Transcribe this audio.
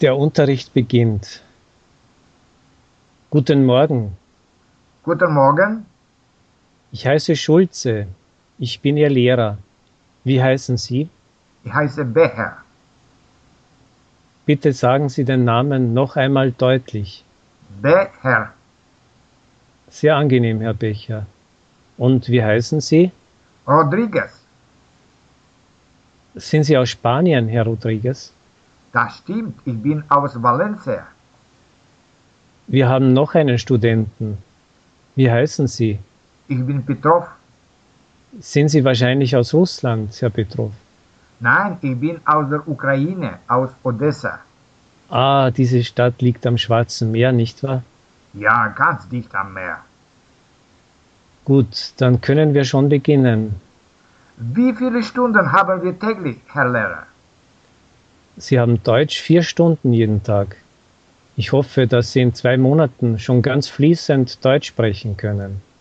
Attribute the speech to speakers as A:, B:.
A: Der Unterricht beginnt. Guten Morgen,
B: Guten Morgen,
A: ich heiße Schulze. Ich bin Ihr Lehrer. Wie heißen Sie?
B: ich heiße Becher.
A: Bitte sagen Sie den Namen noch einmal deutlich.
B: Becher,
A: Sehr angenehm, Herr Becher. Und wie heißen Sie?
B: Rodriguez,
A: Sind Sie aus Spanien, Herr Rodriguez?
B: das stimmt, ich bin aus Valencia.
A: Wir haben noch einen Studenten. Wie heißen Sie?
B: Ich bin Petrov.
A: Sind Sie wahrscheinlich aus Russland, Herr Petrov?
B: Nein, ich bin aus der Ukraine, aus Odessa.
A: Ah, diese Stadt liegt am Schwarzen Meer, nicht wahr?
B: Ja, ganz dicht am Meer.
A: Gut, dann können wir schon beginnen.
B: Wie viele Stunden haben wir täglich, Herr Lehrer?
A: Sie haben Deutsch vier Stunden jeden Tag. Ich hoffe, dass Sie in zwei Monaten schon ganz fließend Deutsch sprechen können.